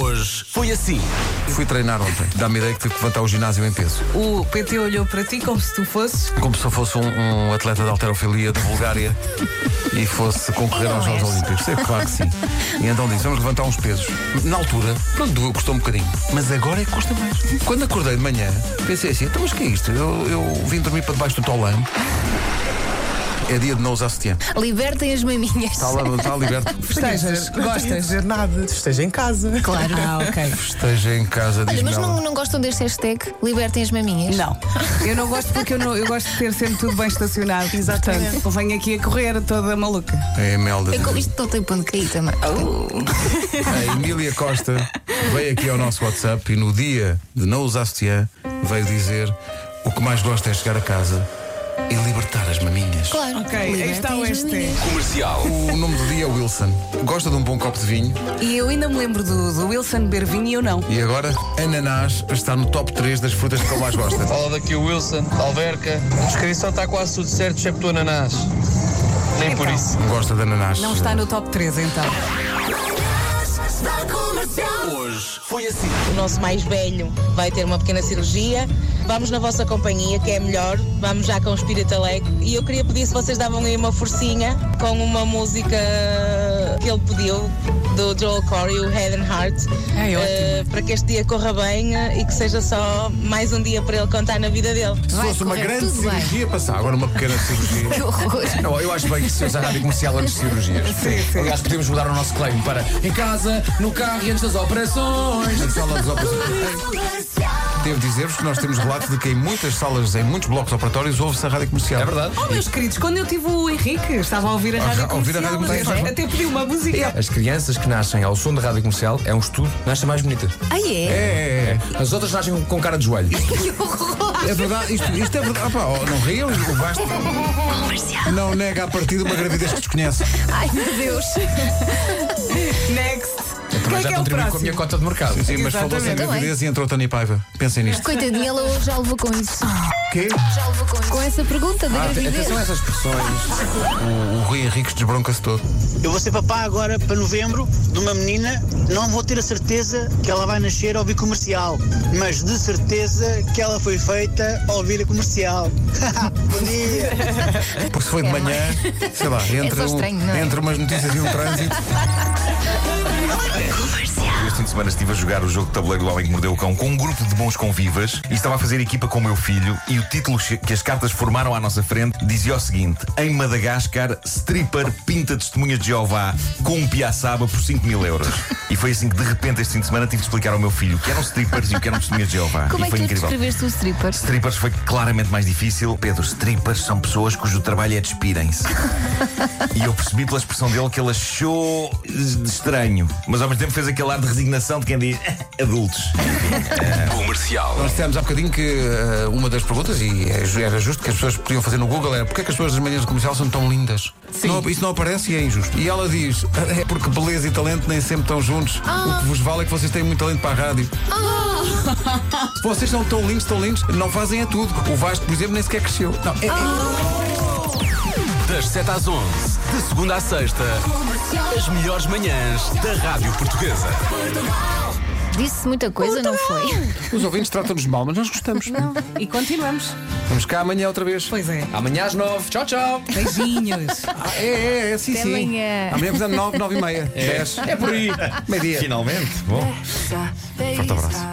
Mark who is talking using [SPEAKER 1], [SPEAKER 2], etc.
[SPEAKER 1] Hoje foi assim.
[SPEAKER 2] Fui treinar ontem. Dá-me a ideia que tive que levantar o ginásio em peso. É
[SPEAKER 3] O PT olhou para ti como se tu fosses.
[SPEAKER 2] Como se eu fosse um, um atleta de alterofilia da Bulgária e fosse concorrer aos Jogos Olímpicos. É claro que sim. E então disse, vamos levantar uns pesos. Na altura, pronto, doeu, custou um bocadinho. Mas agora é que custa mais. Quando acordei de manhã, pensei assim, então mas que é isto? Eu, eu vim dormir para debaixo do tolão. É dia de não usar sutiã.
[SPEAKER 4] Libertem as maminhas.
[SPEAKER 2] Está lá, está liberto.
[SPEAKER 3] Festejas, gostas.
[SPEAKER 5] dizer nada, esteja em casa.
[SPEAKER 4] Claro.
[SPEAKER 3] Ah, ok.
[SPEAKER 2] Esteja em casa,
[SPEAKER 4] Olha,
[SPEAKER 2] diz-me
[SPEAKER 4] mas
[SPEAKER 2] ela.
[SPEAKER 4] não, não gostam deste hashtag? Libertem as maminhas.
[SPEAKER 3] Não. Eu não gosto porque eu, não- eu gosto de ter sempre tudo bem estacionado. Exatamente. Portanto, venho aqui a correr toda maluca.
[SPEAKER 2] É a Melda.
[SPEAKER 4] É como isto não tem ponto de cair um também.
[SPEAKER 2] A Emília Costa veio aqui ao nosso WhatsApp e no dia de não usar sutiã veio dizer o que mais gosta é chegar a casa e libertar as maminhas.
[SPEAKER 4] Claro.
[SPEAKER 3] Ok, aí está o
[SPEAKER 4] Libertem as
[SPEAKER 3] hashtag.
[SPEAKER 4] maminhas.
[SPEAKER 1] Comercial.
[SPEAKER 2] O nome do dia é Wilson. Gosta de um bom copo de vinho
[SPEAKER 3] E eu ainda me lembro do, do Wilson Bervinho e eu não.
[SPEAKER 2] e agora ananás está no top 3 das frutas que ele mais gosta.
[SPEAKER 6] Fala daqui o Wilson, da Alverca. A descrição está quase tudo certo, excepto o ananás. Nem
[SPEAKER 1] Então.
[SPEAKER 6] por isso.
[SPEAKER 2] Gosta de ananás.
[SPEAKER 3] Não está no top 3, então.
[SPEAKER 1] Hoje foi assim.
[SPEAKER 7] O nosso mais velho vai ter uma pequena cirurgia. Vamos na vossa companhia, que é melhor. Vamos já com o Espírito Alegre. E eu queria pedir se vocês davam aí uma forcinha com uma música que ele pediu, do Joel Corey, o Head and Heart.
[SPEAKER 3] Ai, ótimo.
[SPEAKER 7] Eh, para que este dia corra bem eh, e que seja só mais um dia para ele contar na vida dele.
[SPEAKER 2] Se
[SPEAKER 4] Vai
[SPEAKER 2] fosse uma
[SPEAKER 4] correr
[SPEAKER 2] grande
[SPEAKER 4] tudo bem.
[SPEAKER 2] cirurgia, passar agora uma pequena cirurgia.
[SPEAKER 4] Que horror.
[SPEAKER 8] Não, eu acho bem que se usa a rádio comercial antes de cirurgias. Aliás, podemos mudar o nosso claim para em casa, no carro e antes das operações.
[SPEAKER 2] Em sala dos operações. Devo dizer-vos que nós temos relatos de que em muitas salas, em muitos blocos operatórios, ouve-se a rádio comercial.
[SPEAKER 8] É verdade.
[SPEAKER 3] Oh, meus queridos, quando eu tive o Henrique, estava a ouvir a
[SPEAKER 2] Ah,
[SPEAKER 3] rádio
[SPEAKER 2] a ouvir a
[SPEAKER 3] comercial.
[SPEAKER 2] rádio comercial.
[SPEAKER 3] mas Até pedi uma música.
[SPEAKER 8] As crianças que nascem ao som da rádio comercial, é um estudo, nascem mais bonitas.
[SPEAKER 4] Ah, é?
[SPEAKER 8] É. As outras nascem com cara de joelho.
[SPEAKER 4] Que horror.
[SPEAKER 2] É verdade, isto, isto é verdade. Ah, pá, oh, não riam, o Vasco não nega a partir de uma gravidez que desconhece.
[SPEAKER 4] Ai, meu Deus.
[SPEAKER 3] Next. Quem
[SPEAKER 8] Também
[SPEAKER 3] é
[SPEAKER 8] já
[SPEAKER 3] que é o
[SPEAKER 8] contribuí com a minha
[SPEAKER 3] próximo?
[SPEAKER 8] cota de mercado.
[SPEAKER 2] Sim, mas falou-se em
[SPEAKER 4] Exatamente.
[SPEAKER 2] gravidez e entrou Tony Paiva. Pensem nisto.
[SPEAKER 4] Coitadinha, ela hoje já levou com isso.
[SPEAKER 2] Quê?
[SPEAKER 4] Já levou Ah. com isso. Ah, Com essa pergunta
[SPEAKER 2] Ah,
[SPEAKER 4] da gravidez.
[SPEAKER 8] Atenção a essas expressões.
[SPEAKER 2] O, o Rui Henriques desbronca-se todo.
[SPEAKER 9] Eu vou ser papá agora para novembro de uma menina. Não vou ter a certeza que ela vai nascer ao ouvir comercial, mas de certeza que ela foi feita ao ouvir a comercial. Bom dia!
[SPEAKER 2] Porque se foi de
[SPEAKER 4] É,
[SPEAKER 2] manhã, sei lá, entre,
[SPEAKER 4] só
[SPEAKER 2] um-
[SPEAKER 4] estranho, não é?
[SPEAKER 2] entre umas notícias e um trânsito.
[SPEAKER 10] Este fim de semana estive a jogar o jogo de tabuleiro do Homem que Mordeu o Cão com um grupo de bons convivas e estava a fazer equipa com o meu filho e o título che- que as cartas formaram à nossa frente dizia o seguinte Em Madagascar, stripper pinta testemunhas de Jeová com um piaçaba por 5 mil euros. E foi assim que de repente este fim de semana tive de explicar ao meu filho o que eram strippers e o que eram testemunhas de Jeová.
[SPEAKER 4] Como
[SPEAKER 10] e
[SPEAKER 4] é que
[SPEAKER 10] foi
[SPEAKER 4] tu
[SPEAKER 10] incrível.
[SPEAKER 4] descreveste o stripper?
[SPEAKER 10] Strippers foi claramente mais difícil. Pedro, strippers são pessoas cujo trabalho é despirem-se. e eu percebi pela expressão dele que ele achou eh, estranho, mas ao mesmo tempo fez aquele ar de resignação de quem diz "Eh, adultos.
[SPEAKER 1] Comercial.
[SPEAKER 2] Nós dissemos há bocadinho que eh, uma das perguntas, e é ju- era justo que as pessoas podiam fazer no Google, era porque é que as pessoas das manhãs do comercial são tão lindas? Não- isso não aparece e é injusto. E ela diz, é porque beleza e talento nem sempre estão juntos.
[SPEAKER 4] Ah.
[SPEAKER 2] O que vos vale é que vocês têm muito talento para a rádio.
[SPEAKER 4] Ah.
[SPEAKER 2] Se vocês são tão lindos, tão lindos, não fazem é tudo. O Vasco, por exemplo, nem sequer cresceu. Não, é- é-
[SPEAKER 4] Ah.
[SPEAKER 1] Das 7 às 11, de segunda à sexta, as melhores manhãs da Rádio Portuguesa.
[SPEAKER 4] Disse muita coisa, não foi?
[SPEAKER 2] os ouvintes tratam-nos mal, mas nós gostamos.
[SPEAKER 3] E continuamos.
[SPEAKER 2] Vamos cá amanhã outra vez.
[SPEAKER 3] Pois é.
[SPEAKER 8] Amanhã às nove. Tchau, tchau.
[SPEAKER 3] Beijinhos.
[SPEAKER 2] Ah, é, é, é, sim,
[SPEAKER 4] Até
[SPEAKER 2] sim.
[SPEAKER 4] amanhã.
[SPEAKER 2] Amanhã, portanto, 9, 9 e meia. 10.
[SPEAKER 8] É por aí.
[SPEAKER 2] Meio-dia.
[SPEAKER 10] Finalmente. Bom.
[SPEAKER 2] Forte abraço.